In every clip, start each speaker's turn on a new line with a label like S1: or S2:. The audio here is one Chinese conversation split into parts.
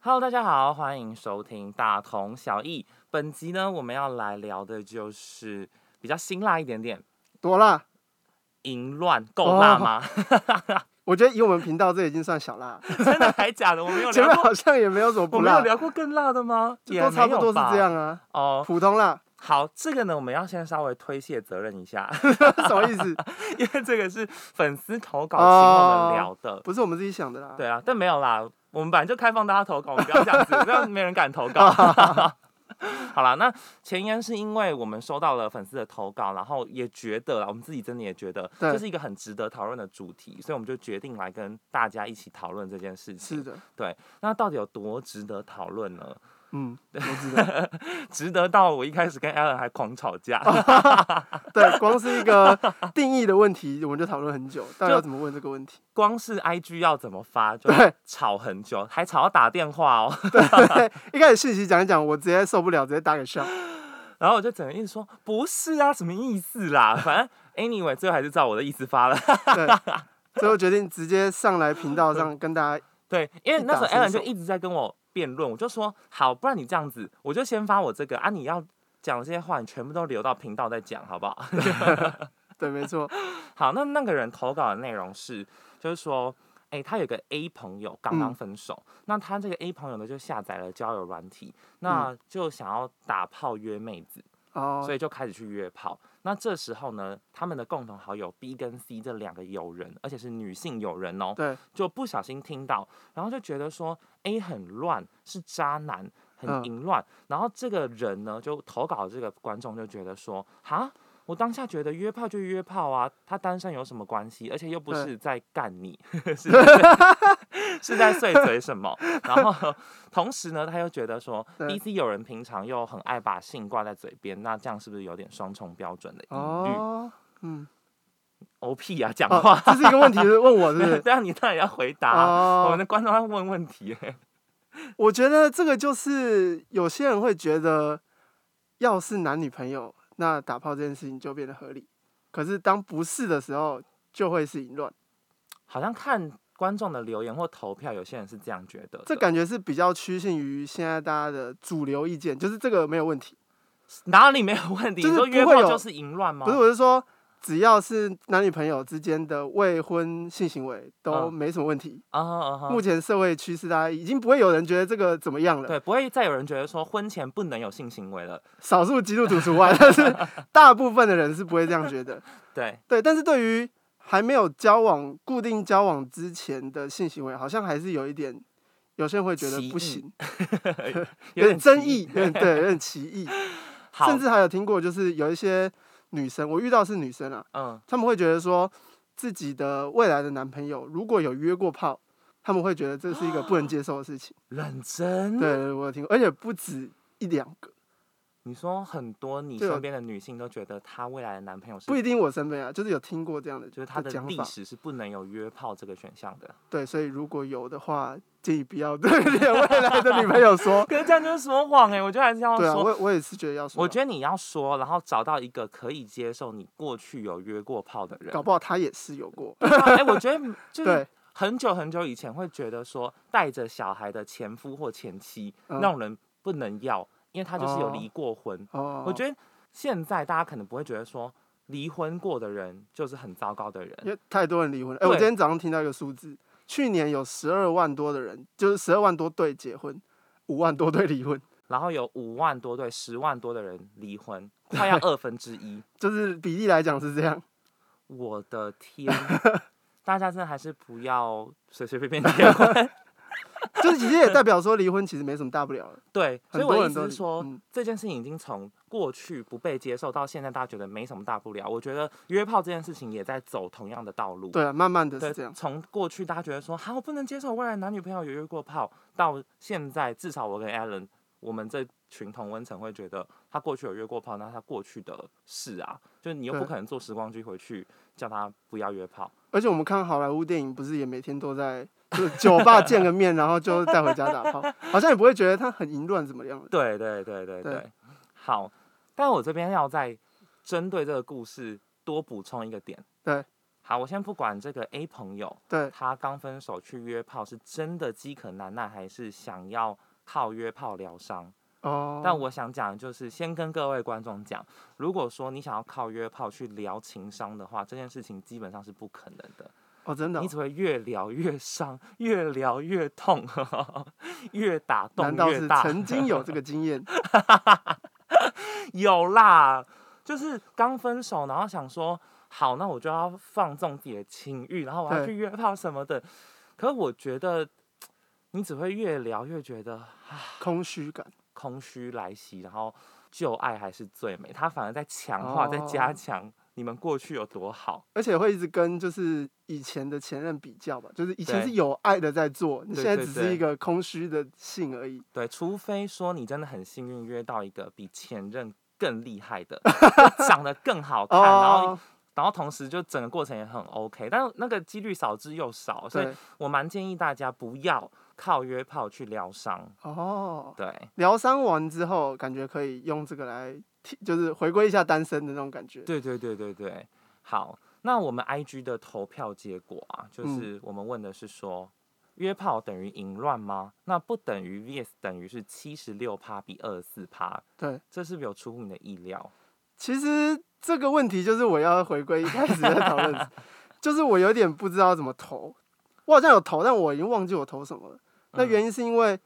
S1: Hello，大家好，欢迎收听大同小异。本集呢，我们要来聊的就是比较辛辣一点点，
S2: 多辣！
S1: 淫乱
S2: 哦
S1: 够辣吗？
S2: 我觉得以我们频道这已经算小辣，
S1: 真的还假的？我 没有
S2: 前
S1: 哦聊
S2: 面
S1: 过，
S2: 好像也没有什么
S1: 我
S2: 不
S1: 没有
S2: 辣，
S1: 聊过更辣的吗？也
S2: 都差不
S1: 没
S2: 多
S1: 有
S2: 是
S1: 吧
S2: 这样啊，
S1: 哦。
S2: 普通辣
S1: 好，这个呢，我们要先稍微推卸责任一下，
S2: 什么意思？
S1: 因为这个是粉丝投稿请我
S2: 哦
S1: 们聊的。
S2: 不是我们自己想的啦。
S1: 对啊，但没有啦，我们本来就开放大家投稿，我们不要这 样子，这样没人敢投稿。好啦，那前言是因为我们收到了粉丝的投稿，然后也觉得啦，我们自己真的也觉得
S2: 对
S1: 这是一个很值得讨论的主题，所以我们就决定来跟大家一起讨论这件事情。
S2: 是的，
S1: 那到底有多值得讨论呢？
S2: 嗯，我知道。
S1: 值得到我一开始跟 Alan 还狂吵架，
S2: 哦对，光是一个定义的问题，我们就讨论很久，到底要怎么问这个问题？
S1: 光是 IG 要怎么发就
S2: 对
S1: 吵很久，还吵到打电话哦。
S2: 一开始信息讲一讲，我直接受不了，直接打给笑。
S1: 然后我就整个一直说不是啊，什么意思啦？反正 anyway，最后还是照我的意思发了。
S2: 对，最后决定直接上来频道上跟大家。
S1: 对，因为那时候
S2: 一打伸
S1: Alan
S2: 手
S1: 就一直在跟我辩论，我就说好，不然你这样子，我就先发我这个啊，你要讲的这些话，你全部都留到频道再讲，好不好？
S2: 对，没错，
S1: 好，那那个人投稿的内容是，就是说。哎、他有个 A 朋友刚刚
S2: 嗯
S1: 分手，那他这个 A 朋友呢就下载了交友软体，
S2: 嗯
S1: 那就想要打炮约妹子，
S2: 哦
S1: 所，以就开始去约炮。那这时候呢，他们的共同好友 B 跟 C 这两个友人，而且是女性友人哦，
S2: 对，
S1: 就不小心听到，然后就觉得说 A 很乱，是渣男，很
S2: 嗯
S1: 淫乱。然后这个人呢，就投稿的这个观众就觉得说，哈，我当下觉得约炮就约炮啊，他单身有什么关系？而且又不
S2: 对
S1: 是在干你， 是是在碎嘴什么？然后同时呢，他又觉得说
S2: 对
S1: ，B、C 有人平常又很爱把性挂在嘴边，那这样是不是有点双重标准的疑虑？
S2: 哦，嗯，
S1: 哦屁呀，讲
S2: 哦
S1: 话，，
S2: 这是一个问题，是问我是不 是？
S1: 这样你当然要回答啊。我
S2: 哦
S1: 们，的观众要问问题、欸，
S2: 我觉得这个就是有些人会觉得，要是男女朋友，那打炮这件事情就变得合理。可是当不是的时候，就会是淫乱。
S1: 好像看观众的留言或投票，有些人是这样觉得的。
S2: 这感觉是比较趋近于现在大家的主流意见，就是这个没有问题。
S1: 哪里没有问题？
S2: 就是
S1: 你说
S2: 不
S1: 约
S2: 会
S1: 炮
S2: 有
S1: 就是淫乱吗？
S2: 不是，我是说，只要是男女朋友之间的未婚性行为都
S1: 嗯
S2: 没什么问题。
S1: 啊哈啊哈
S2: 目前社会趋势，大家已经不会有人觉得这个怎么样了，
S1: 对，不会再有人觉得说婚前不能有性行为了。
S2: 少数极度主除外，但是 大部分的人是不会这样觉得。
S1: 对，
S2: 对，但是对于还没有交往、固定交往之前的性行为，好像还是有一点，有些人会觉得
S1: 歧
S2: 不
S1: 义
S2: 行，
S1: 有点
S2: 争
S1: 奇
S2: 议，有点对，有点歧义。
S1: 好，
S2: 甚至还有听过，就是有一些女生，我遇到是女生啊，
S1: 嗯，
S2: 她们会觉得说自己的未来的男朋友如果有约过炮，她们会觉得这是一个不能接受的事情。
S1: 认真。，
S2: 对，我有听过，而且不止一两个，
S1: 你说很多你
S2: 对
S1: 身边的女性都觉得她未来的男朋友是
S2: 不一定我身边啊，就是有听过这样的，
S1: 就是她的
S2: 的讲
S1: 历
S2: 法。
S1: 史是不能有约炮这个选项的。
S2: 对，所以如果有的话，建议不要 对你的未来的女朋友说。
S1: 可是这样就是说谎哎、我觉得还是要
S2: 对啊，
S1: 说。
S2: 我我也是觉得要说啊，
S1: 我觉得你要说，然后找到一个可以接受你过去有约过炮的人
S2: 搞。不好他也是有过，
S1: 对啊哎、我 觉得就是
S2: 对，
S1: 很久很久以前会觉得说，带着小孩的前夫或前妻、
S2: 嗯
S1: 那种人不能要，因为他就是有
S2: 哦
S1: 离过婚。
S2: 哦，
S1: 我觉得现在大家可能不会觉得说，离婚过的人就是很糟糕的人。
S2: 因为太多人离婚了。哎、我
S1: 对
S2: 今天早上听到一个数字，去年有十二万多的人，就是十二万多对结婚，五万多对离婚，
S1: 然后有五万多对十万多的人离婚，快要二分之一。
S2: 就是比例来讲是这样。
S1: 我的 天！大家真的还是不要随随便便结 婚，
S2: 就是其实也代表说离婚其实没什么大不了的，
S1: 对，所以
S2: 很
S1: 我
S2: 多
S1: 的意
S2: 人都
S1: 思是说，
S2: 嗯
S1: 这件事情已经从过去不被接受到现在，大家觉得没什么大不了。我觉得约炮这件事情也在走同样的道路。
S2: 对啊，慢慢的
S1: 对
S2: 是这样。
S1: 从过去大家觉得说，好，我不能接受我未来男女朋友有约过炮，到现在至少我跟 Alan，我们这群同温层会觉得他过去有约过炮，那他过去的事啊，就是你又不
S2: 对
S1: 可能坐时光机回去叫他不要约炮。
S2: 而且我们看好莱坞电影，不是也每天都在就是酒吧见个面，然后就带回家打炮，好像也不会觉得他很淫乱怎么样的。
S1: 对对对对对，
S2: 对
S1: 好，但我这边要再针对这个故事多补充一个点。
S2: 对，
S1: 好，我先不管这个 A 朋友，
S2: 对，
S1: 他刚分手去约炮是真的饥渴难耐，还是想要靠约炮疗伤？
S2: 哦，
S1: 但我想讲的就是，先跟各位观众讲，如果说你想要靠约炮去聊情商的话，这件事情基本上是不可能的，
S2: 哦，真的哦、
S1: 你只会越聊越伤，越聊越痛， 越打动
S2: 难道
S1: 越
S2: 是
S1: 大。
S2: 曾经 有这个经验？
S1: 有啦，就是刚分手，然后想说，好，那我就要放纵自己的情欲，然后我要
S2: 对
S1: 去约炮什么的。可是我觉得，你只会越聊越觉得啊
S2: 空虚感？
S1: 空虚来袭，然后旧爱还是最美，它反而在强化、在加
S2: 哦
S1: 强你们过去有多好。
S2: 而且会一直跟就是以前的前任比较吧，就是以前
S1: 对
S2: 是有爱的在做，你
S1: 对
S2: 现在
S1: 对
S2: 只是
S1: 对
S2: 一个空虚的性而 已。
S1: 对，除非说你真的很幸运约到一个比前任更厉害的，就长得更好看，然后
S2: 哦，
S1: 然后同时就整个过程也很 OK，但那个几率少之又少，所以
S2: 对，
S1: 我蛮建议大家不要靠约炮去疗伤。
S2: 哦，
S1: 对
S2: 疗伤完之后，感觉可以用这个来替，就是回归一下单身的那种感觉。
S1: 对对对对对，好，那我们 IG 的投票结果啊，就
S2: 嗯
S1: 是我们问的是说，约炮等于淫乱吗？那不等于 VS 等于是七十六趴比二十四趴，
S2: 对，
S1: 这是不是有出乎你的意料？
S2: 其实这个问题就是我要回归一开始在讨论的，就是我有点不知道怎么投。我好像有投，但我已经忘记我投什么了。那
S1: 嗯
S2: 原因是因为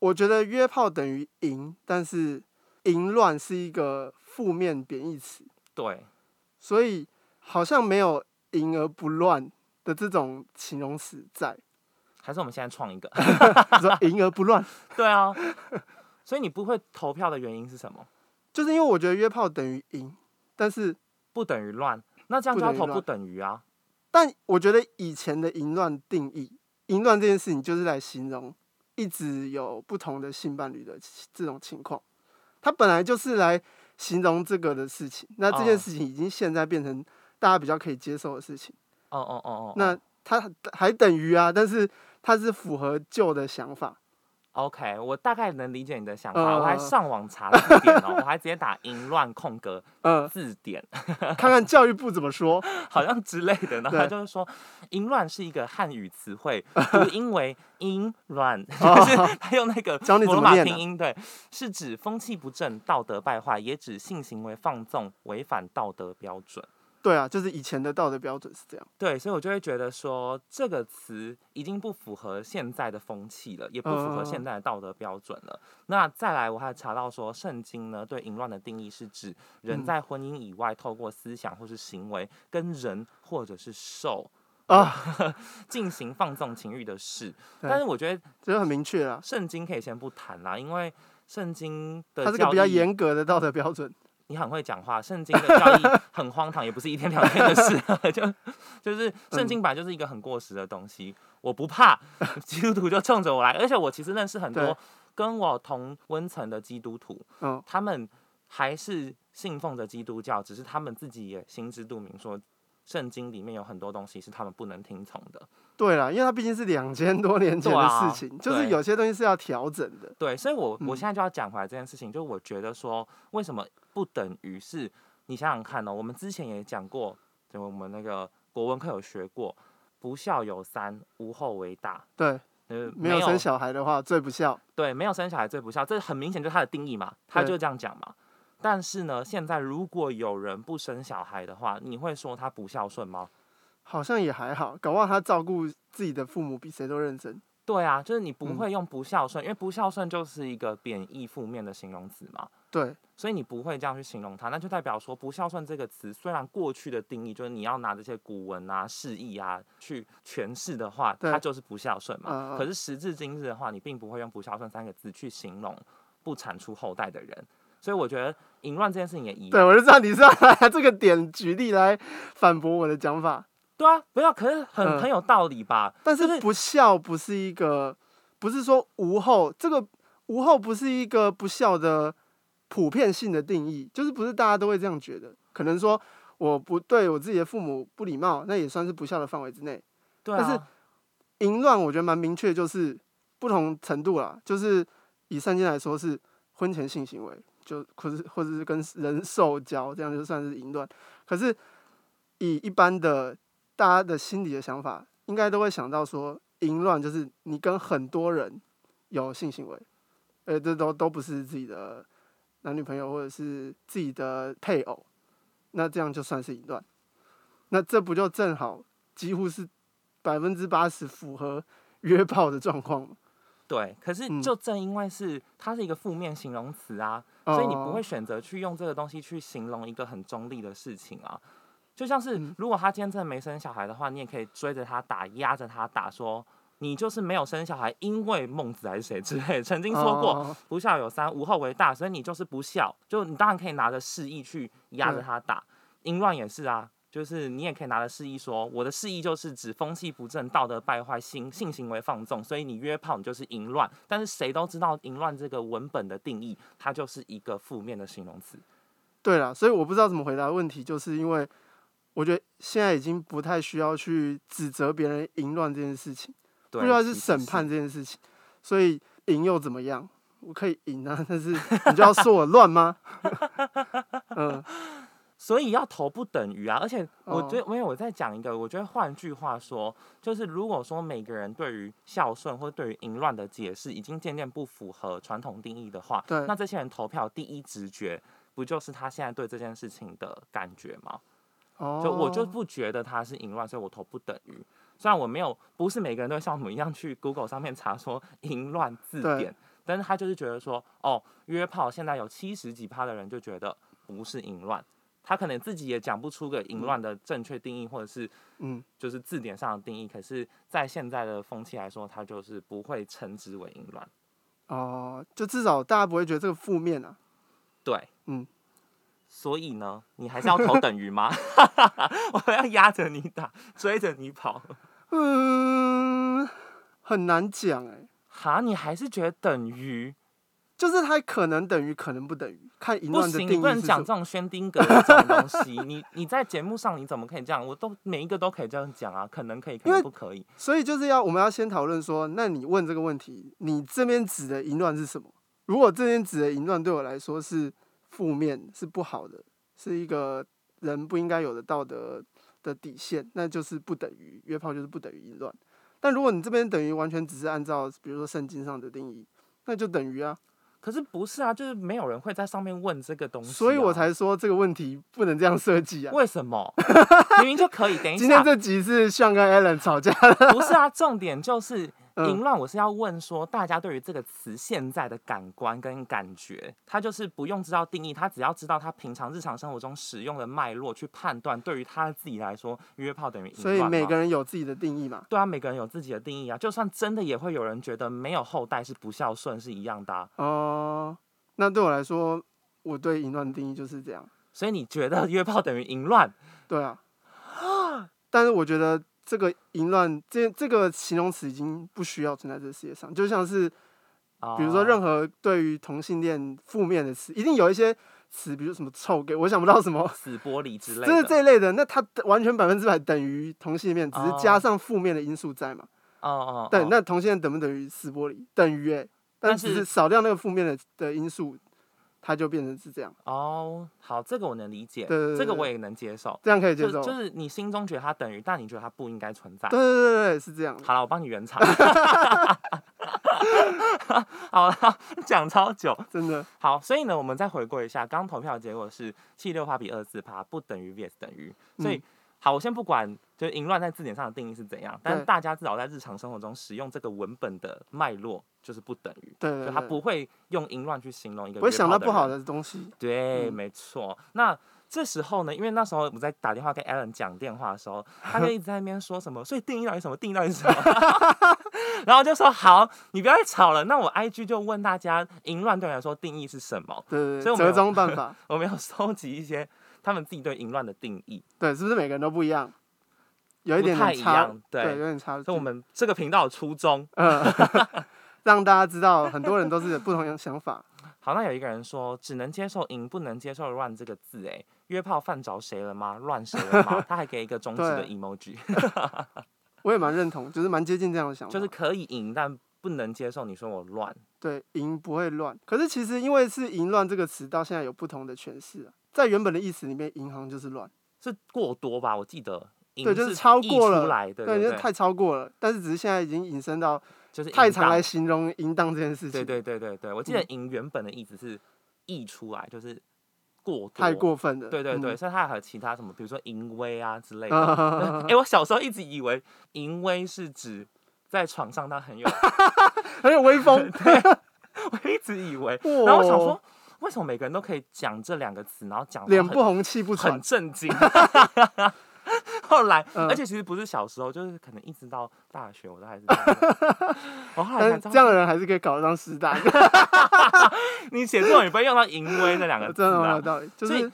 S2: 我觉得约炮等于淫，但是淫乱是一个负面贬义词，
S1: 对
S2: 所以好像没有淫而不乱的这种形容词在。
S1: 还是我们现在创一个？
S2: 说淫而不乱，
S1: 对啊， 所以你不会投票的原因是什么？
S2: 就是因为我觉得约炮等于淫，但是
S1: 不等于乱，那这样
S2: 不
S1: 就要
S2: 等于
S1: 投不
S2: 乱
S1: 等于啊？
S2: 但我觉得以前的淫乱定义，淫乱这件事情就是来形容一直有不同的性伴侣的这种情况，它本来就是来形容这个的事情。那这件
S1: 哦
S2: 事情已经现在变成大家比较可以接受的事情，
S1: 哦哦哦哦，
S2: 那它还等于啊，但是它是符合旧的想法。
S1: OK，我大概能理解你的想法。
S2: 嗯
S1: 我还
S2: 嗯嗯
S1: 上网查字典 哦，我还直接打“淫乱空格
S2: 呃，
S1: 字典”，
S2: 看看教育部怎么说。
S1: 好像之类的。然后
S2: 对
S1: 他就是说，淫乱是一个汉语词 汇，读音为“淫乱”，
S2: 哦
S1: 就是他用那个
S2: 教你
S1: 罗
S2: 怎么
S1: 马
S2: 念啊
S1: 拼音，对，是指风气不正、道德败坏，也指性行为放纵、违反道德标准。
S2: 对啊，就是以前的道德标准是这样。
S1: 对，所以我就会觉得说，这个词已经不符合现在的风气了，也不符合
S2: 嗯
S1: 现在的道德标准了。那再来，我还查到说，圣经呢对淫乱的定义是指人
S2: 嗯
S1: 在婚姻以外，透过思想或是行为跟人或者是兽
S2: 啊，
S1: 进行放纵情欲的事。
S2: 对
S1: 但是我觉得
S2: 就是很明确啊，
S1: 圣经可以先不谈啦，因为圣经的
S2: 它是个
S1: 教
S2: 比较
S1: 义
S2: 严格的道德标准。
S1: 你很会讲话，圣经的教义很荒唐，也不是一天两天的事，啊 就就是圣经本来就是一个很过时的东西，我不怕，基督徒就冲着我来，而且我其实认识很
S2: 对
S1: 多跟我同温层的基督徒，
S2: 嗯，
S1: 他们还是信奉着基督教，只是他们自己也心知肚明说。圣经里面有很多东西是他们不能听从的，
S2: 对啦，因为它毕竟是两千多年
S1: 对
S2: 前的
S1: 啊
S2: 事情，就是
S1: 对
S2: 有些东西是要调整的。
S1: 对，所以我我
S2: 嗯
S1: 现在就要讲回来这件事情，就我觉得说，为什么不等于是你想想看哦，我们之前也讲过，就我们那个国文课有学过，不孝有三，无后为大。
S2: 对，
S1: 呃，
S2: 没有生小孩的话，最不孝。
S1: 对，没有生小孩最不孝，这很明显就是他的定义嘛，他
S2: 对
S1: 就这样讲嘛。但是呢，现在如果有人不生小孩的话，你会说他不孝顺吗？
S2: 好像也还好，搞不好他照顾自己的父母比谁都认真。
S1: 对啊，就是你不
S2: 嗯
S1: 会用不孝顺，因为不孝顺就是一个贬义负面的形容词嘛。
S2: 对，
S1: 所以你不会这样去形容它，那就代表说“不孝顺”这个词，虽然过去的定义就是你要拿这些古文啊、释义啊去诠释的话，
S2: 对
S1: 它就是不孝顺嘛。
S2: 嗯嗯
S1: 可是时至今日的话，你并不会用“不孝顺”三个字去形容不产出后代的人，所以我觉得淫乱这件事情也一
S2: 对啊
S1: 样。
S2: 我就知道你是要拿这个点举例来反驳我的讲法，
S1: 对啊，不要，可是很、
S2: 嗯
S1: 很有道理吧？
S2: 但
S1: 就是
S2: 是不孝不是一个，不是说无后，这个无后不是一个不孝的普遍性的定义，就是不是大家都会这样觉得。可能说我不对我自己的父母不礼貌，那也算是不孝的范围之内。
S1: 对
S2: 但是
S1: 啊，
S2: 淫乱，我觉得蛮明确，就是不同程度啦，就是以圣经来说是婚前性行为，就或是或者是跟人兽交，这样就算是淫乱。可是以一般的大家的心里的想法，应该都会想到说，淫乱就是你跟很多人有性行为，呃，这都都不是自己的男女朋友或者是自己的配偶，那这样就算是淫乱。那这不就正好几乎是百分之八十符合约炮的状况吗？
S1: 对，可是
S2: 嗯
S1: 就正因为是它是一个负面形容词啊，所以你不
S2: 哦
S1: 会选择去用这个东西去形容一个很中立的事情啊。就像是
S2: 嗯
S1: 如果他今天真的没生小孩的话，你也可以追着他打，压着他打，说你就是没有生小孩，因为孟子还是谁之类的，曾经说过
S2: 哦
S1: 不孝有三，无后为大，所以你就是不孝，就你当然可以拿着示意去压着
S2: 对
S1: 他打。淫乱也是啊，就是你也可以拿着示意说，我的示意就是指风气不正、道德败坏、性性行为放纵，所以你约炮你就是淫乱。但是谁都知道淫乱这个文本的定义，它就是一个负面的形容词。
S2: 对了，所以我不知道怎么回答问题，就是因为我觉得现在已经不太需要去指责别人淫乱这件事情，
S1: 对，
S2: 不需要
S1: 其
S2: 去
S1: 实
S2: 审判这件事情，所以赢又怎么样？我可以赢啊，但是你就要说我 乱吗？嗯，
S1: 所以要投不等于啊，而且我
S2: 哦
S1: 觉得，因为我在讲一个，我觉得换句话说，就是如果说每个人对于孝顺或对于淫乱的解释已经渐渐不符合传统定义的话，
S2: 对
S1: 那这些人投票第一直觉不就是他现在对这件事情的感觉吗？
S2: 哦，
S1: 就我就不觉得他是淫乱，所以我投不等于。虽然我没有，不是每个人都像我们一样去 Google 上面查说淫乱字
S2: 对
S1: 典，但是他就是觉得说，哦，约炮现在有七十几趴的人就觉得不是淫乱，他可能自己也讲不出个淫乱的正确定义，或者是
S2: 嗯，
S1: 就是字典上的定义。可是，在现在的风气来说，他就是不会称之为淫乱。
S2: 哦，就至少大家不会觉得这个负面啊。
S1: 对，
S2: 嗯。
S1: 所以呢，你还是要投等于吗？ 我要压着你打，追着你跑。
S2: 嗯，很难讲哎、
S1: 哈，你还是觉得等于
S2: 就是它可能等于，可能不等于，看淫
S1: 不
S2: 乱的
S1: 行，
S2: 定
S1: 你不
S2: 义
S1: 能
S2: 是什
S1: 讲
S2: 么
S1: 这。种轩丁格的这种东西。你你在节目上你怎么可以这样？我都每一个都可以这样讲啊，可能可以，可
S2: 因
S1: 能
S2: 为
S1: 不可以。
S2: 所以就是要我们要先讨论说，那你问这个问题，你这边指的淫乱是什么？如果这边指的淫乱对我来说是负面，是不好的，是一个人不应该有的道德的底线，那就是不等于约炮，就是不等于淫乱。但如果你这边等于完全只是按照比如说圣经上的定义，那就等于啊，
S1: 可是不是啊？就是没有人会在上面问这个东西啊、
S2: 所以我才说这个问题不能这样设计啊。
S1: 为什么 明明就可以？等一
S2: 今天
S1: 下，
S2: 这集是像跟 Alan 吵架，
S1: 不是啊？重点就是淫
S2: 嗯，
S1: 乱，我是要问说，大家对于这个词现在的感官跟感觉，他就是不用知道定义，他只要知道他平常日常生活中使用的脉络去判断，对于他自己来说，约炮等于淫
S2: 所
S1: 乱
S2: 以
S1: 吗
S2: 每个人有自己的定义嘛。
S1: 对啊，每个人有自己的定义啊。就算真的也会有人觉得没有后代是不孝顺是一样的、啊，
S2: 哦、那对我来说，我对淫乱的定义就是这样。
S1: 所以你觉得 约炮等于淫乱？
S2: 对啊，
S1: 啊
S2: 但是我觉得这个淫乱这这个形容词已经不需要存在这个世界上，就像是
S1: 啊
S2: 比如说任何对于同性恋负面的词，一定有一些词，比如什么臭 gay，我想不到什么。
S1: 哦死玻璃 之类
S2: 就是
S1: 的，
S2: 这一类的，那它完全百分之百等于同性恋，只是加上负面的因素在嘛？
S1: 哦哦，
S2: 对，
S1: 哦
S2: 那同性恋等不等于死玻璃？等于诶、但
S1: 但
S2: 只
S1: 是
S2: 是少量那个负面的的因素，它就变成是这样，
S1: 哦，好，这个我能理解，
S2: 对对对
S1: 这个
S2: 对
S1: 我也能接受，
S2: 这样可以接
S1: 就
S2: 受。
S1: 就是你心中觉得它等于，但你觉得它不应该存在。
S2: 对对对对，对是这样的。
S1: 好了，我帮你圆场。 好了，讲超久。
S2: 真的，
S1: 好，所以呢，我们再回顾一下，刚投票的结果是七六趴比二四趴，不等于 vs 等于。所以，
S2: 嗯
S1: 好，我先不管，就是淫乱在字典上的定义是怎样，但
S2: 对
S1: 大家至少在日常生活中使用这个文本的脉络，就是不等于，
S2: 对
S1: 就
S2: 对
S1: 他
S2: 对，
S1: 不会用淫乱去形容一个。
S2: 不会想到不好。的东西。
S1: 对，
S2: 嗯
S1: 没错。那这时候呢，因为那时候我在打电话跟 Alan 讲电话的时候，他就一直在那边说什么，所以定义到底是什么，定义到底是什么， 然后就说好，你不要再吵了。那我 IG 就问大家，淫乱对你来说定义是什么？
S2: 对对
S1: 所以
S2: 对，
S1: 我们有
S2: 折中办法，
S1: 我们要收集一些他们自己对淫乱的定义，
S2: 对，是不是每个人都不一样？有
S1: 不
S2: 一点
S1: 太
S2: 点
S1: 一
S2: 差，
S1: 样，
S2: 对，有
S1: 对。
S2: 点差。
S1: 所以我们这个频道的初衷，
S2: 呃， 让大家知道很多人都是有不同的想法。
S1: 好，那有一个人说，只能接受淫，不能接受乱这个字，哎，约炮犯着谁了吗？乱谁了 吗？他还给一个中指的
S2: 对
S1: emoji，
S2: 我也蛮认同，就是蛮接近这样的想法。
S1: 就是可以淫，但不能接受你说我乱。
S2: 对“淫”不会乱，可是其实因为是“淫乱”这个词，到现在有不同的诠释、啊。在原本的意思里面，“银行”就是乱，
S1: 是过多吧？我记得淫
S2: 对，就是
S1: 是
S2: 超
S1: 溢
S2: 过了
S1: 出来的，对
S2: 对，因为
S1: 对
S2: 太超过了，但是只是现在已经引申到
S1: 就是
S2: 太
S1: 淫
S2: 常来
S1: 荡
S2: 形容淫荡这件事情，
S1: 对对对对对，我记得
S2: 嗯
S1: 淫原本的意思是溢出来，就是过
S2: 太
S1: 多。
S2: 过分了，
S1: 对对
S2: 嗯
S1: 对，所以它还有其他什么，比如说淫威啊之类的。
S2: 啊
S1: 哎、，我小时候一直以为淫威是指在床上他很有，
S2: 很有威风。
S1: 我一直以为，
S2: 然
S1: 然后我想说，为什么每个人都可以讲这两个词，然后讲得
S2: 脸
S1: 很
S2: 不红气不
S1: 很
S2: 喘，
S1: 震惊。后来，
S2: 嗯
S1: 而且其实不是小时候，就是可能一直到大学，我都还是这样子。我后来
S2: 但
S1: 才
S2: 是
S1: 知
S2: 这
S1: 道，
S2: 样的人还是可以考得上师大，
S1: 你写作文你不会用到“淫威”这两个字
S2: 真的蛮有
S1: 啊。
S2: 道 理。就
S1: 所以
S2: 是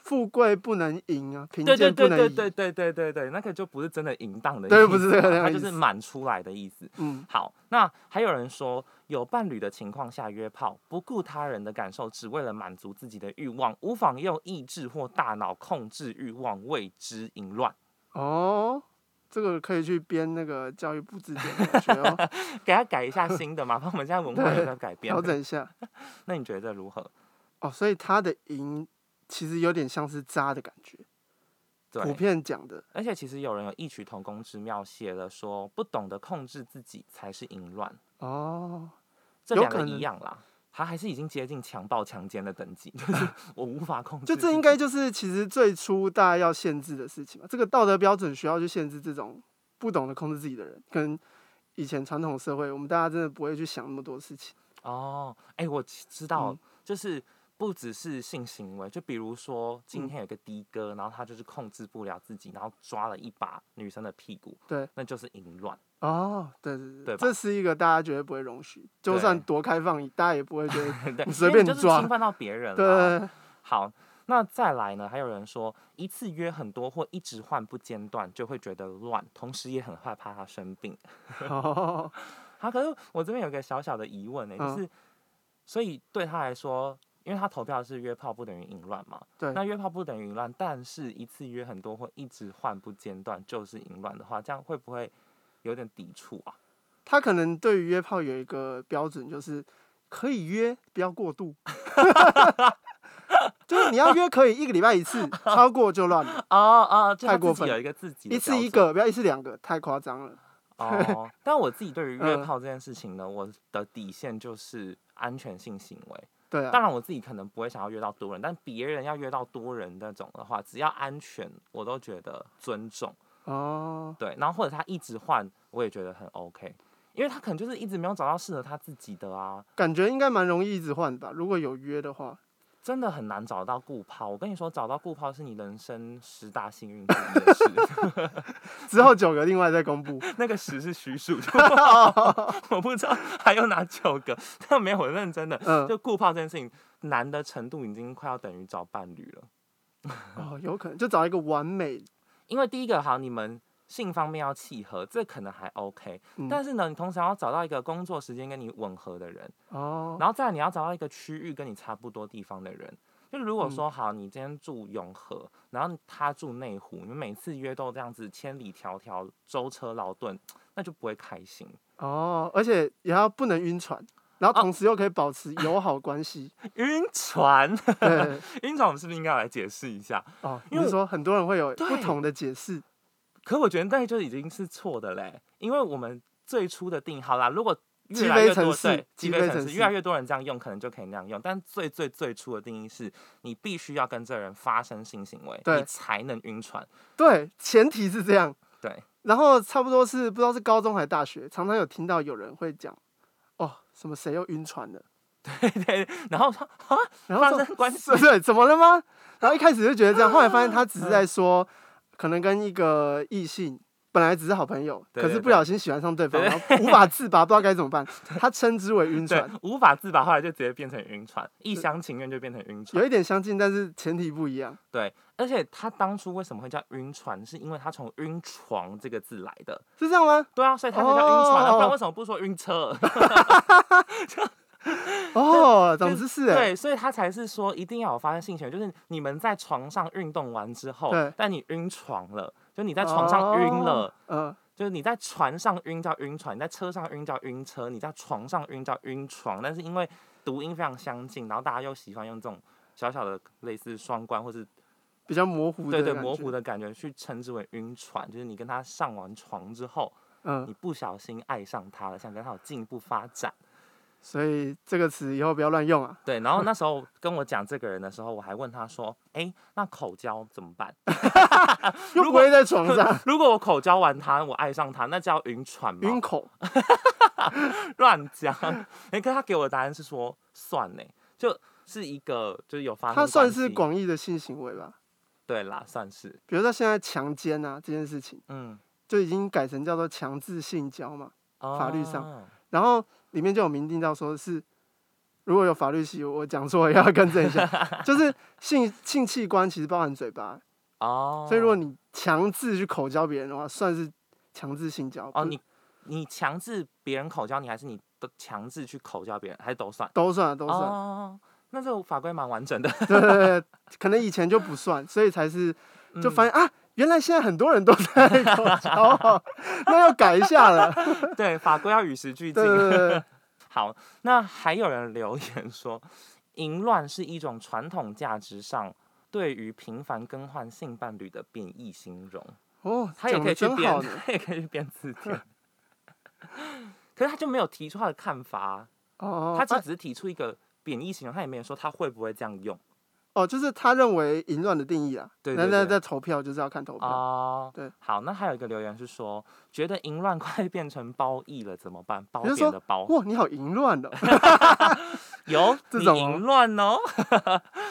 S2: 富贵不能淫啊，贫
S1: 对对
S2: 贱
S1: 对
S2: 不能
S1: 对
S2: 移。
S1: 对对对对对，那个就不是真的淫荡的意思嘛，
S2: 对不是这个
S1: 它
S2: 意
S1: 就是
S2: 思
S1: 满出来的意思。
S2: 嗯，
S1: 好，那还有人说，有伴侣的情况下约炮，不顾他人的感受，只为了满足自己的欲望，无妨用意志或大脑控制欲望，为之淫乱。
S2: 哦，这个可以去编那个教育部字典的感觉 哦，
S1: 给他改一下新的嘛，反正我们现在文化也在改变
S2: 调。整一下。
S1: 那你觉得如何？
S2: 哦，所以他的淫其实有点像是渣的感觉，普
S1: 对，
S2: 遍讲的。
S1: 而且其实有人有异曲同工之妙，写了说不懂得控制自己才是淫乱，
S2: 哦，
S1: 这
S2: 有
S1: 两
S2: 可
S1: 个
S2: 能
S1: 一样啦。他还是已经接近强暴、强奸的等 级，就是我无法控制自
S2: 就
S1: 己。
S2: 这应该就是其实最初大家要限制的事情嘛。这个道德标准需要去限制这种不懂得控制自己的人，跟以前传统社会，我们大家真的不会去想那么多事情。
S1: 哦，哎、我知知道，
S2: 嗯
S1: 就是不只是性行为，就比如说今
S2: 嗯
S1: 天有个的哥，然后他就是控制不了自己，然后抓了一把女生的屁股，
S2: 对，
S1: 那就是淫乱。
S2: 哦，对对
S1: 对吧
S2: 这是一个大家绝对不会容许，就
S1: 对
S2: 算多开放，大家也不会觉 得
S1: 对，
S2: 你随
S1: 因为
S2: 便
S1: 就是
S2: 抓
S1: 侵犯到别人了。
S2: 对。
S1: 好，那再来呢？还有人说，一次约很多或一直换不间断，就会觉得乱，同时也很害怕他生病。
S2: 哦，
S1: 好，可是我这边有个小小的疑问呢、
S2: 嗯
S1: 就是，所以对他来说，因为他投票是约炮不等于淫乱嘛，
S2: 对
S1: 那约炮不等于淫乱，但是一次约很多或一直换不间断就是淫乱的话，这样会不会有点抵触啊？
S2: 他可能对于约炮有一个标准，就是可以约，不要过度。 就是你要约可以一个礼拜一 次，超过就乱了，
S1: 哦哦，就
S2: 太
S1: 他自
S2: 过
S1: 己
S2: 分
S1: 有一个 自己的
S2: 一次
S1: 标
S2: 一
S1: 准
S2: 个，不要一次两个，太夸张了。
S1: 哦，但我自己对于约
S2: 嗯
S1: 炮这件事情呢，我的底线就是安全性行为。
S2: 对啊，
S1: 当然，我自己可能不会想要约到多人，但别人要约到多人那种的话，只要安全，我都觉得尊重。
S2: 哦，
S1: 对，然后或者他一直换，我也觉得很 OK，因为他可能就是一直没有找到适合他自己的啊，
S2: 感觉应该蛮容易一直换吧。如果有约的话，
S1: 真的很难找到顾炮。我跟你说，找到顾炮是你人生十大幸运之一的事，
S2: 之后九个另外再公布。
S1: 那个十是虚数，就我不知道还有哪九个，但没有，我认真的，
S2: 嗯，
S1: 就顾炮这件事情难的程度已经快要等于找伴侣了，
S2: 哦，有可能就找一个完美。
S1: 因为第一个好，你们。性方面要契合，这可能还 OK，、
S2: 嗯
S1: 但是呢，你同时要找到一个工作时间跟你吻合的人，
S2: 哦，
S1: 然后再来你要找到一个区域跟你差不多地方的人。就如果
S2: 嗯
S1: 说好，你今天住永和，然后他住内湖，你们每次约都这样子千里迢迢、舟车劳顿，那就不会开心。
S2: 哦，而且也要不能晕船，然后同时又可以保持友好 关系。
S1: 晕船，
S2: 对，
S1: 晕船，我们是不是应该来解释一下？
S2: 哦，
S1: 因
S2: 你
S1: 为
S2: 是
S1: 我
S2: 说很多人会有不
S1: 对
S2: 同的解释？
S1: 可我觉得那就已经是错的嘞，因为我们最初的定好啦，如果
S2: 鸡
S1: 越来越
S2: 飞城
S1: 多
S2: 市
S1: 对
S2: 鸡
S1: 鸡
S2: 飞
S1: 飞
S2: 城
S1: 城市，
S2: 市
S1: 越来越多人这样用，可能就可以那样用。但最最最初的定义是，你必须要跟这个人发生性行为，
S2: 对
S1: 你才能晕船。
S2: 对，前提是这样。
S1: 对，
S2: 然后差不多是不知道是高中还是大学，常常有听到有人会讲，哦，什么谁又晕船了，
S1: 然后他啊，
S2: 然后
S1: 发
S2: 说
S1: 生关系
S2: 对对，怎么 了吗？然后一开始就觉得这样，后来发现他只是在说，可能跟一个异性本来只是好朋友，
S1: 对
S2: 可
S1: 对
S2: 是不
S1: 对
S2: 小心喜欢上对方，
S1: 对
S2: 然后无法自拔，不知道该怎 么办。他称之为晕
S1: 对
S2: 船，，
S1: 无法自拔，后来就直接变成晕船，一厢情愿就变成晕船
S2: 有。一点相近，但是前提不一样。
S1: 对，而且他当初为什么会叫晕船，是因为他从晕床这个字来的。
S2: 是这样吗？
S1: 对啊，所以他才叫晕船啊，不然
S2: 哦
S1: 为什么不说晕车？
S2: 哦，长知识哎，
S1: 对，所以他才是说一定要有发生性行为，就是你们在床上运动完之后
S2: 对，
S1: 但你晕床了，就你在床上晕了。
S2: 嗯，
S1: 就是你在船上晕叫晕船，你在车上晕叫晕车，你在床上晕叫晕床。但是因为读音非常相近，然后大家又喜欢用这种小小的类似双关或是
S2: 比较模糊的
S1: 对对
S2: 感
S1: 模
S2: 觉
S1: 糊，的感觉去称之为晕船，就是你跟他上完床之后，
S2: 嗯，
S1: 你不小心爱上他了，想跟他有进一步发展。
S2: 所以这个词以后不要乱用啊。
S1: 对，然后那时候跟我讲这个人的时候，我还问他说：“哎、那口交怎么办？
S2: 又不会在床上
S1: 如果我口交完他，我爱上他，那叫晕船吗？
S2: 晕口，
S1: 乱讲。哎、可是他给我的答案是说算呢，就是一个就是有发生
S2: 它算是
S1: 关系
S2: 广义的性行为吧？
S1: 对啦，算是
S2: 比如说现在强奸啊这件事情，
S1: 嗯，
S2: 就已经改成叫做强制性交嘛。法律上
S1: 哦
S2: 然后里面就有明定到说是，如果有法律系，我讲错也要更正 一下，就是性性器官其实包含嘴巴，
S1: 哦，
S2: 所以如果你强制去口交别人的话，算是强制性交。
S1: 哦
S2: 不
S1: 你你强制别人口交你，还是你都强制去口交别人，还是都算？
S2: 都算啊都算，
S1: 哦，那这个法规蛮完整的，
S2: 对对对，可能以前就不算，所以才是
S1: 嗯
S2: 就发现、啊，原来现在很多人都在口交 哦，那要改一下了。
S1: 嗯、对法规要与时俱进
S2: 对。对对对，
S1: 好，那还有人留言说，淫乱是一种传统价值上对于频繁更换性伴侣的贬义形容。
S2: 哦，
S1: 他也
S2: 讲
S1: 可
S2: 得
S1: 以去
S2: 真
S1: 编
S2: 好呢，
S1: 他也可以去编字典。可是他就没有提出他的看法啊、
S2: 哦，
S1: 他就
S2: 啊
S1: 只是提出一个贬义形容，他也没有说他会不会这样用
S2: 哦，就是他认为淫乱的定义啊，
S1: 对
S2: 那
S1: 对
S2: 那
S1: 对
S2: 在投票就是要看投票。
S1: 哦。
S2: 对，
S1: 好，那还有一个留言是说，觉得淫乱快变成褒义了，怎么办？褒
S2: 你是
S1: 贬
S2: 说
S1: 的褒，
S2: 哇，你好淫乱哦！
S1: 有
S2: 这
S1: 你
S2: 种哦
S1: 淫乱哦。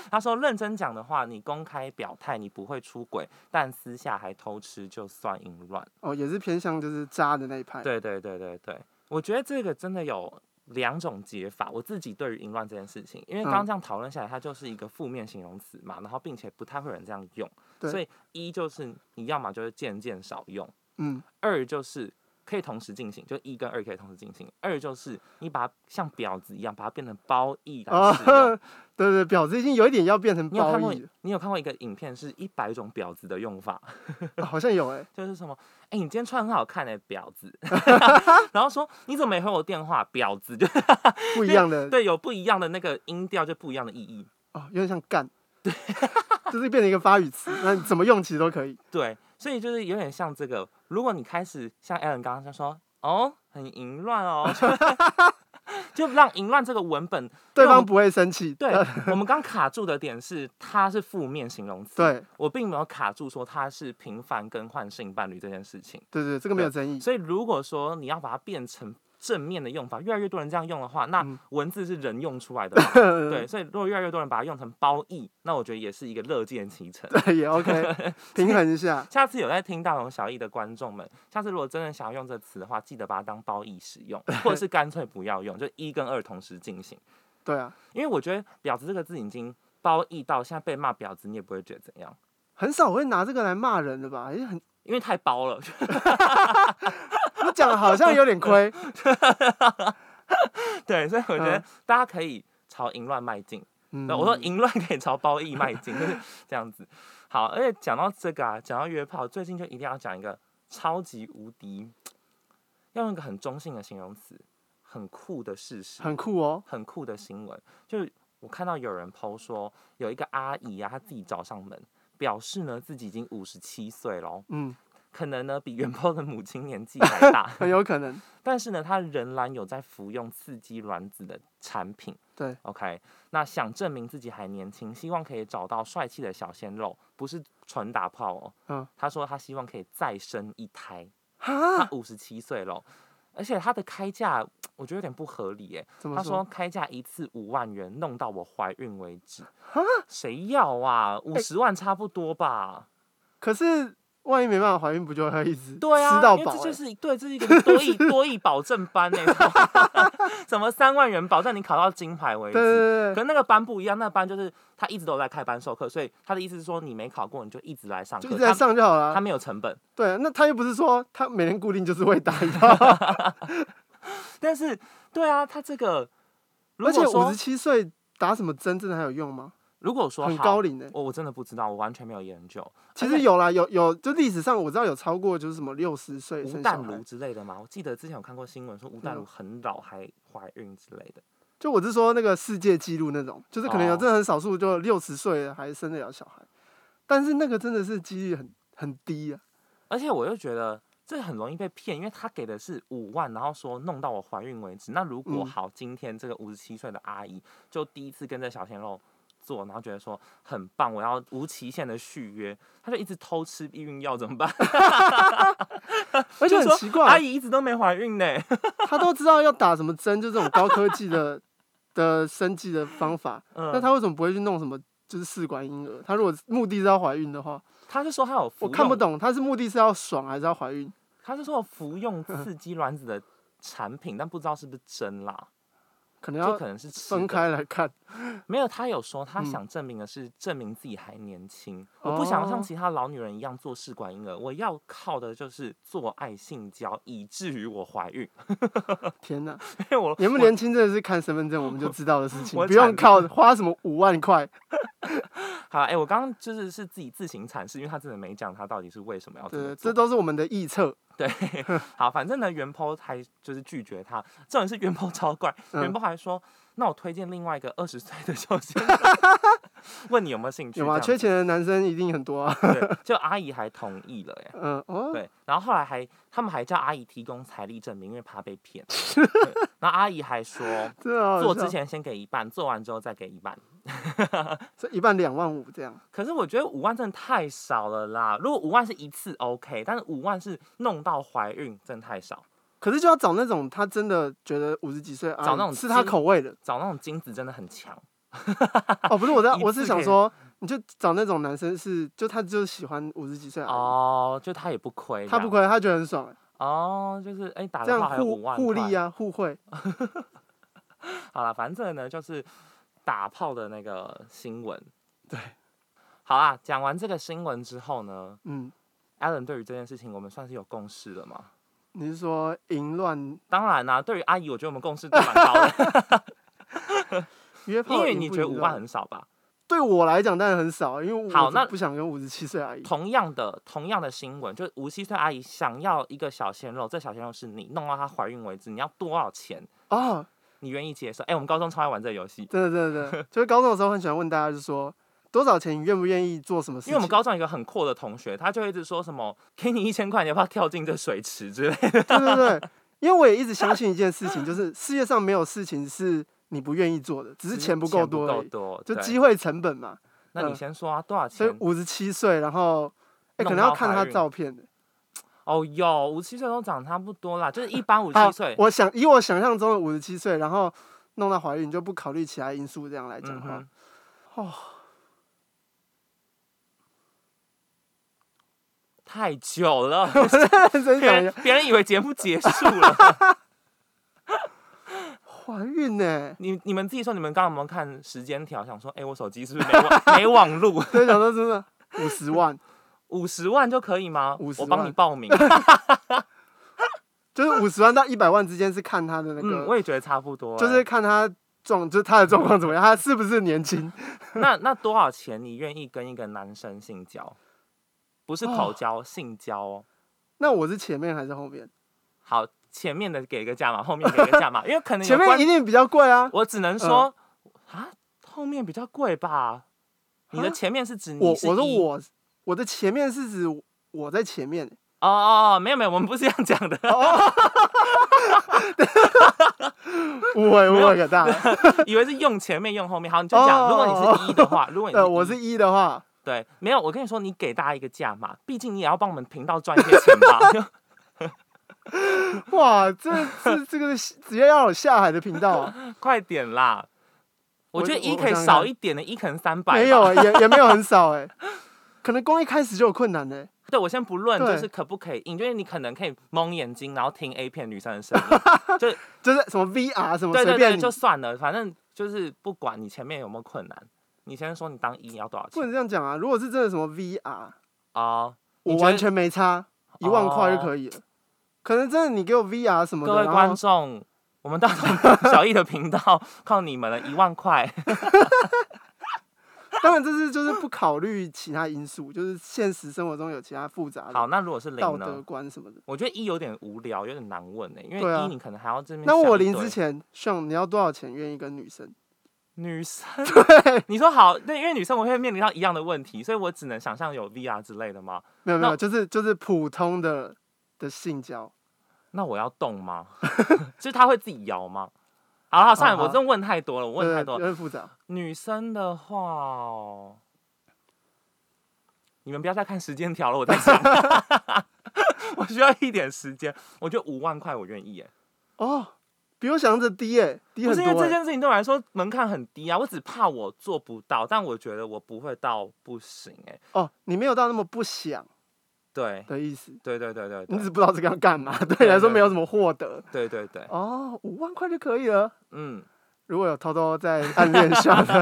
S1: 他说认真讲的话，你公开表态你不会出轨，但私下还偷吃就算淫乱。
S2: 哦，也是偏向就是渣的那一派。
S1: 对对对对对，我觉得这个真的有两种解法。我自己对于淫乱这件事情，因为刚刚
S2: 嗯
S1: 这样讨论下来，它就是一个负面形容词嘛，然后并且不太会有人这样用，
S2: 对
S1: 所以一就是你要么就是渐渐少用，
S2: 嗯，
S1: 二就是。可以同时进行，就一跟二可以同时进行。二就是你把它像婊子一样，把它变成褒义来
S2: 啊，
S1: 使用。
S2: 对对，婊子已经有一点要变成
S1: 你有看
S2: 褒
S1: 过
S2: 义了，
S1: 你有看过一个影片是一百种婊子的用法，
S2: 啊好像有哎、
S1: 就是什么，哎、你今天穿很好看哎、婊子， 然后说你怎么没回我电话，婊子， 就
S2: 不一样的
S1: 对，有不一样的那个音调，就不一样的意义。
S2: 哦，有点像干，对，就是变成一个发语词，那你怎么用其实都可以。
S1: 对，所以就是有点像这个。如果你开始像 Alan 刚刚就说，哦，很淫乱哦， 就让淫乱这个文本，
S2: 对
S1: 我
S2: 方
S1: 们
S2: 不会生气，
S1: 对
S2: 呃
S1: 我们刚卡住的点是它是负面形容词，，
S2: 对
S1: 我并没有卡住说它是频繁更换性伴侣这件事情。
S2: 对对，这个没有争议。
S1: 所以如果说你要把它变成正面的用法，越来越多人这样用的话，那
S2: 嗯，
S1: 文字是人用出来的嘛
S2: 对
S1: 对，所以如果越来越多人把它用成褒义，那我觉得也是一个乐见其成。
S2: 对 也 OK，平衡一下。
S1: 下次有在听大同小异的观众们，下次如果真的想要用这词的话，记得把它当褒义使 用，或者是干脆不要用，就一跟二同时进行。
S2: 对啊，
S1: 因为我觉得“婊子”这个字已经褒义到现在被骂婊子，你也不会觉得怎样，
S2: 很少会拿这个来骂人的吧？也很，
S1: 因为太褒了。
S2: 我讲得好像有 点亏。
S1: 对，所以我觉得
S2: 嗯
S1: 大家可以朝淫乱迈进。
S2: 嗯
S1: 对，我说淫乱可以朝褒义迈进，就是这样子。好，而且讲到这个啊，讲到约炮，最近就一定要讲一个超级无敌，要用一个很中性的形容词，很酷的事实，
S2: 很酷哦，
S1: 很酷的新闻。就是我看到有人 PO 说，有一个阿姨啊，她自己找上门，表示呢自己已经五十七岁了哦，
S2: 嗯，
S1: 可能呢比原 PO 的母亲年纪还大，
S2: 很有 可能。
S1: 但是呢，他仍然有在服用刺激卵子的产品。
S2: 对
S1: ，OK，那想证明自己还年轻，希望可以找到帅气的小鲜肉，不是纯打炮哦。
S2: 嗯，
S1: 他说他希望可以再生一胎，他
S2: 哈，
S1: 五十七岁了哦，而且他的开价我觉得有点不合理耶。
S2: 怎么
S1: 他说
S2: 说？
S1: 开价一次五万元，弄到我怀孕为止。谁要啊？五
S2: 哎
S1: 十万差不多吧？
S2: 可是万一没办法怀孕，不就会一直
S1: 对啊，
S2: 吃到
S1: 因
S2: 饱
S1: 为这
S2: 欸？
S1: 就是对，这是一个多 亿多亿保证班呢、 怎么三万元保证你考到金牌为
S2: 对
S1: 止？
S2: 对对
S1: 可
S2: 对，
S1: 是那个班不一样，那个班就是他一直都有在开班授课，所以他的意思是说你没考过你就一直来上
S2: 就一
S1: 课，
S2: 直在
S1: 他
S2: 上就好了
S1: 他
S2: 啊。
S1: 没有成本。
S2: 对啊，那他又不是说他每天固定就是会打一炮，
S1: 但是对啊，他这个 如
S2: 而且
S1: 果
S2: 五
S1: 说
S2: 十七岁打什么针真的还有用吗？
S1: 如果说
S2: 很
S1: 好
S2: 高龄的。
S1: 我我真的不知道，我完全没有研究。
S2: 其
S1: 而
S2: 实
S1: 且
S2: 有啦，有有，就历史上我知道有超过就是什么六十岁
S1: 吴
S2: 生
S1: 淡
S2: 小
S1: 如
S2: 孩，嗯
S1: 之类的嘛，我记得之前有看过新闻说吴淡如很老还怀孕之类的。
S2: 就我是说那个世界纪录那种，就是可能有
S1: 哦
S2: 真的很少数就六十岁了还生得了小孩，但是那个真的是几率很很低啊。
S1: 而且我又觉得这很容易被骗，因为他给的是五万，然后说弄到我怀孕为止。那如果
S2: 嗯
S1: 好，今天这个五十七岁的阿姨就第一次跟着小鲜肉做，然后觉得说很棒，我要无期限的续约，她就一直偷吃避孕药怎么办？
S2: 而且
S1: 就
S2: 很
S1: 说
S2: 奇怪，
S1: 阿姨一直都没怀孕呢。
S2: 他都知道要打什么针，就这种高科技的的生计的方法，
S1: 嗯，
S2: 那他为什么不会去弄什么就是试管婴儿？他如果目的是要怀孕的话，
S1: 他就说他有服
S2: 我
S1: 用，
S2: 看不懂他是目的是要爽还是要怀孕？
S1: 他就说有服 用刺激卵子的产品，但不知道是不是真啦，
S2: 可能
S1: 就
S2: 要
S1: 可能是吃
S2: 分
S1: 的
S2: 开来看。
S1: 没有，他有说他
S2: 嗯
S1: 想证明的是证明自己还年轻，我不想要像
S2: 哦
S1: 其他老女人一样做试管婴儿，我要靠的就是做爱性交，以至于我怀孕。
S2: 天哪，
S1: 因为我
S2: 年不
S1: 我
S2: 年轻真的是看身份证我们就知道的事情，
S1: 我
S2: 不用
S1: 惨
S2: 靠花什么五万块。
S1: 好，哎、我刚刚就是是自己自行阐释，因为他真的没讲他到底是为什么要这
S2: 对，
S1: 么做。
S2: 这都是我们的臆测。
S1: 对，好，反正呢，袁抛还就是拒绝他，这种是袁抛超怪，
S2: 嗯
S1: 袁抛还说，那我推荐另外一个二十岁的 小鲜 肉，问你有没有兴趣？
S2: 有吗？
S1: 这
S2: 缺
S1: 样子
S2: 钱的男生一定很多啊。
S1: 对，就阿姨还同意了、哎。
S2: 嗯哦，
S1: 对，然后后来还他们还叫阿姨提供财力证明，因为怕被 骗。对然后阿姨还说，
S2: 真的好
S1: 做
S2: 笑
S1: 之前先给一半，做完之后再给一半。
S2: 这一半两万五这样，
S1: 可是我觉得五万真的太少了啦，如果五万是一次 OK，但是五万是弄到怀孕，真的太少。
S2: 可是就要找那种他真的觉得五十几岁啊，
S1: 找那种
S2: 是他
S1: 精
S2: 口味的。
S1: 找那种精子真的很强，
S2: 哦，不是我在，
S1: 一
S2: 我
S1: 次
S2: 是
S1: 可
S2: 想
S1: 以
S2: 说，你就找那种男生是，就他就是喜欢五十几岁啊，
S1: 哦，就他也不亏，
S2: 他不，亏，他觉得很爽欸，
S1: 哦，就是哎、打
S2: 这
S1: 的
S2: 样
S1: 话还有
S2: 互
S1: 五万
S2: 互利
S1: 块。
S2: 啊，互惠。
S1: 好了，反正呢就是打炮的那个新闻。对，好啊，讲完这个新闻之后呢，
S2: 嗯，
S1: Allen 对于这件事情，我们算是有共识了吗？
S2: 你是说淫乱
S1: 当然啦、对于阿姨，我觉得我们共识都蛮高 的，
S2: 约
S1: 因
S2: 炮淫不淫乱？
S1: 为你觉得五万很少吧？
S2: 对我来讲当然很少，因为我
S1: 好
S2: 就
S1: 那
S2: 不想跟五十七岁 阿姨。
S1: 同样的，同样的新闻，就是无锡岁阿姨想要一个小鲜肉，这小鲜肉是你，弄到她怀孕为止，你要多少钱？
S2: 哦，
S1: 你愿意接受？哎、我们高中超爱玩这个游戏，
S2: 真的真 的真的，就是高中的时候很喜欢问大家，就说多少钱，你愿不愿意做什么事
S1: 因
S2: 情？
S1: 为我们高中有一个很阔的同学，他就一直说什么给你一千块，你要不要跳进这水池之类的。
S2: 对对对，因为我也一直相信一件事 情，就是世界上没有事情是你不愿意做的，只是钱不够多
S1: 够
S2: 而已，
S1: 多，
S2: 就
S1: 对
S2: 机会成本嘛。
S1: 那你先说啊，多少
S2: 所以
S1: 钱？
S2: 五十七岁，然后哎、可
S1: 弄
S2: 能要
S1: 到
S2: 看
S1: 怀
S2: 他
S1: 孕
S2: 照片的。
S1: 哦哟，五七岁都长差不多啦，就是一般五
S2: 好
S1: 七岁，
S2: 我想以我想象中的五十七岁，然后弄到怀孕，就不考虑其他因素这样来讲
S1: 嗯
S2: 的话
S1: 哼，，
S2: 哦，
S1: 太久 了。
S2: 真
S1: 别
S2: 想
S1: 人
S2: 要
S1: 别人以为节目结束了，
S2: 怀孕呢、
S1: 你 你们自己说，你们刚刚有没有看时间条？想说，哎、我手机是不是没网没网路？
S2: 所以想说 真的五十万，
S1: 五十万就可以吗？
S2: 50
S1: 我帮你
S2: 万
S1: 报名。
S2: 就是五十万到一百万之间是看他的那
S1: 嗯，
S2: 个，
S1: 我也觉得差不多、
S2: 就是看他状，就是他的状况怎么样，他是不是年轻？
S1: 哎那 那多少钱？你愿意跟一个男生性交？不是口
S2: 哦
S1: 交，性交哦。
S2: 那我是前面还是后面？
S1: 好，前面的给一个价码，后面给一个价码，因为可能有
S2: 前面
S1: 关哦
S2: 一定比较贵啊，
S1: 我只能说啊、后面比较贵吧。你的
S2: 啊
S1: 前面是指你
S2: 我
S1: 是
S2: 我说
S1: 一
S2: 我我的前面是指我在前面、欸
S1: 哦哦哦，没有没有，我们不是这样讲的。 哦
S2: 误会误
S1: 没有
S2: 会可大了。
S1: 以为是用前面用后面。好，你就讲，如果你是一的话，如果你
S2: 哦呃，我
S1: 一
S2: 是一的话，
S1: 对，没有，我跟你说，你给大家一个价嘛，毕竟你也要帮我们频道赚一些钱吧。
S2: 哇，这这这个是直接要有下海的频道、啊，
S1: 快点啦！我
S2: 我
S1: 觉得一
S2: 我
S1: 可以
S2: 想想
S1: 少
S2: 看
S1: 一点的，一可能三百。
S2: 没有，啊，也也没有很少哎、可能光一开始就有困难呢、欸
S1: 对我先不论，就
S2: 对
S1: 是可不可以因为你可能可以蒙眼睛，然后听 A 片女生的声音，就
S2: 就是什么 VR 什么
S1: 对
S2: 随
S1: 对
S2: 便
S1: 对，
S2: 你，
S1: 就算了，反正就是不管你前面有没有困难，你先说你当一要多少钱
S2: 不能这样讲啊。如果是真的什么 VR，
S1: 哦？你
S2: 我
S1: 觉得
S2: 完全没差，一万块就
S1: 哦
S2: 可以了。可能真的你给我 VR 什么
S1: 各
S2: 的，
S1: 位
S2: 然
S1: 观
S2: 后
S1: 众，我们大同小异的频道靠你们了，一万块。
S2: 当然这是就是不考虑其他因素，就是现实生活中有其他复杂
S1: 好，
S2: 的
S1: 那如果是
S2: 道
S1: 零
S2: 德
S1: 呢？
S2: 观什么的。
S1: 我觉得一有点无聊，有点难问呢、因
S2: 对
S1: 为
S2: 啊
S1: 一你可能还要这边。
S2: 那我临之，前，像你要多少钱愿意跟女生？
S1: 女 生，你说好，那因为女生我会面临到一样的问题，所以我只能想象有 VR 之类的吗？
S2: 没有没有，
S1: 那
S2: 就是就是普通的的性交，
S1: 那我要动吗？ 就是他会自己摇吗？好好，算了，
S2: 好好
S1: 我真的问太多了，我问
S2: 对
S1: 太多
S2: 有
S1: 了。
S2: 点复杂。
S1: 女生的话哦，你们不要再看时间条了，我在 想， 我需要一点时间。我觉得五万块我愿意耶，
S2: 哦，比我想象的低耶、低
S1: 不
S2: 很
S1: 是因为
S2: 多、
S1: 这
S2: 欸。
S1: 件事情对我来说门槛很低啊，我只怕我做不到，但我觉得我不会到不行哎。
S2: 哦，你没有到那么不想
S1: 对
S2: 的意思，
S1: 对对对对
S2: 你只
S1: 对
S2: 不知道这个要干嘛， 对你来说
S1: 对
S2: 没有什么获得。
S1: 对对对，
S2: 哦，五万块就可以了。
S1: 嗯，
S2: 如果有偷偷在暗恋 上的，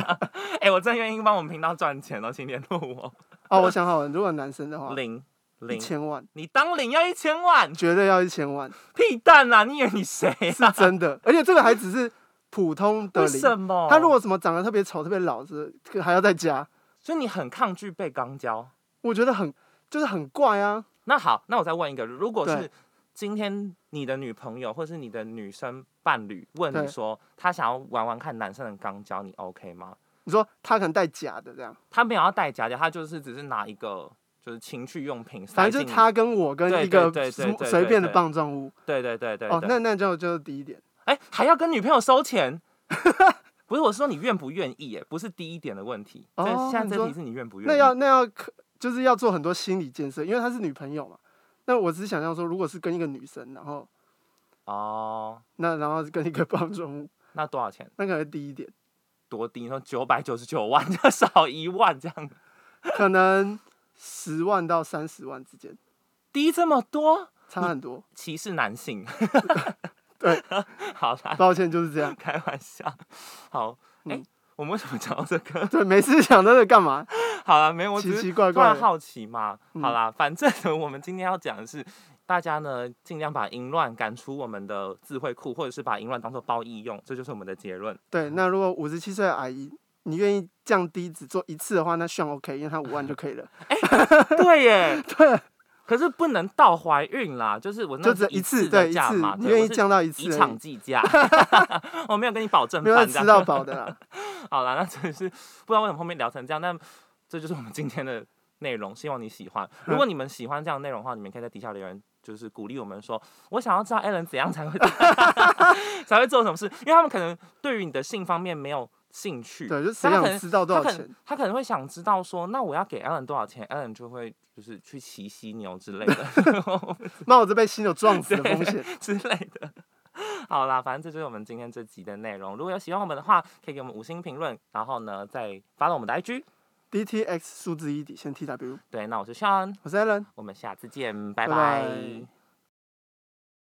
S1: 哎、我真的愿意帮我们频道赚钱哦，请联络我，
S2: 哦，我想好了，如果男生的话，
S1: 零
S2: 一
S1: 零，
S2: 千万，
S1: 你当零要一千万，
S2: 绝对要一千万，
S1: 屁蛋啊！你以为你谁啊？
S2: 真的。而且这个还只是普通的
S1: 为
S2: 零，
S1: 什么？
S2: 他如果什么长得特别丑、特别老实，这个还要再加，
S1: 所以你很抗拒被肛交。
S2: 我觉得很就是很怪啊。
S1: 那好，那我再问一个，如果
S2: 对
S1: 是今天你的女朋友或是你的女生伴侣问
S2: 对
S1: 你说她想要玩玩看男生的肛交，你 OK 吗？
S2: 你说他可能带假的这样，
S1: 她没有要戴假夹，她就是只是拿一个就是情趣用品塞
S2: 反正
S1: 进
S2: 就是
S1: 你，
S2: 他跟我跟
S1: 对
S2: 一个
S1: 对对对
S2: 什么
S1: 对
S2: 随便的
S1: 对
S2: 棒状物。
S1: 对对对对对。
S2: 哦，那那就就是低一点。
S1: 哎、还要跟女朋友收钱？不是，我是说你愿不愿意，哎，不是第一点的问题。这
S2: 哦
S1: 现
S2: 你
S1: 在这
S2: 说
S1: 题是你愿不愿意？
S2: 那要那要可就是要做很多心理建设，因为她是女朋友嘛。那我只是想象说，如果是跟一个女生，然后
S1: 哦，
S2: 那然后跟一个 棒状物，
S1: 那多少钱？
S2: 那可能低一点，
S1: 多低？你说九百九十九万， 就少一万这样，
S2: 可能十万到三十万之间，
S1: 低这么多，
S2: 差 很多。
S1: 歧视男性。
S2: 对，
S1: 好啦，
S2: 抱歉，就是这样。
S1: 开玩笑。好，哎、
S2: 嗯
S1: 我们为什么讲到这个？
S2: 对，每次想到这干嘛？
S1: 好了，没 有，我只
S2: 奇
S1: 是
S2: 奇怪
S1: 突
S2: 怪
S1: 然
S2: 的。
S1: 好奇嘛。
S2: 嗯
S1: 好啦，反正呢我们今天要讲的是，大家呢尽量把淫乱赶出我们的智慧库，或者是把淫乱当做褒义用，这就是我们的结论。
S2: 对，那如果五十七岁的阿姨，你愿意降低只做一次的话，那算 OK，因为她五万 就可以了。
S1: 对 耶，对。可是不能到怀孕啦，就是我那
S2: 就是只一
S1: 次
S2: 次，
S1: 的
S2: 对，一
S1: 价
S2: 次
S1: 嘛，，
S2: 你
S1: 对
S2: 愿
S1: 我
S2: 意
S1: 是
S2: 降到一次
S1: 以
S2: 而
S1: 场
S2: 已，
S1: 计 价， 我没有跟你保证
S2: 没有在
S1: 饭这
S2: 吃
S1: 样。
S2: 到饱的 啦。
S1: 好啦，那真是不知道为什么后面聊成这样，但这就是我们今天的内容，希望你喜欢。如
S2: 嗯
S1: 果你们喜欢这样的内容的话，你们可以在底下留言，就是鼓励我们说，我想要知道 Alan 怎样才会 才会做什么事，因为他们可能对于你的性方面没有兴趣，
S2: 对，就谁
S1: 但他可
S2: 想
S1: 能
S2: 吃到多
S1: 他
S2: 少
S1: 可
S2: 钱
S1: 能？他可能会想知道说，那我要给 Alan 多少钱，Alan 就会就是去骑犀牛之类 的
S2: 冒着被犀牛撞死的风险。
S1: 之类的。好啦，反正这就是我们今天这集的内容。如果有喜欢我们的话，可以给我们五星评论，然后呢再发到我们的 IG。
S2: DTX 数字一底线 TW，
S1: 对，那我是 Sean，
S2: 我是 Allen。
S1: 我们下次见，拜
S2: 拜拜
S1: 拜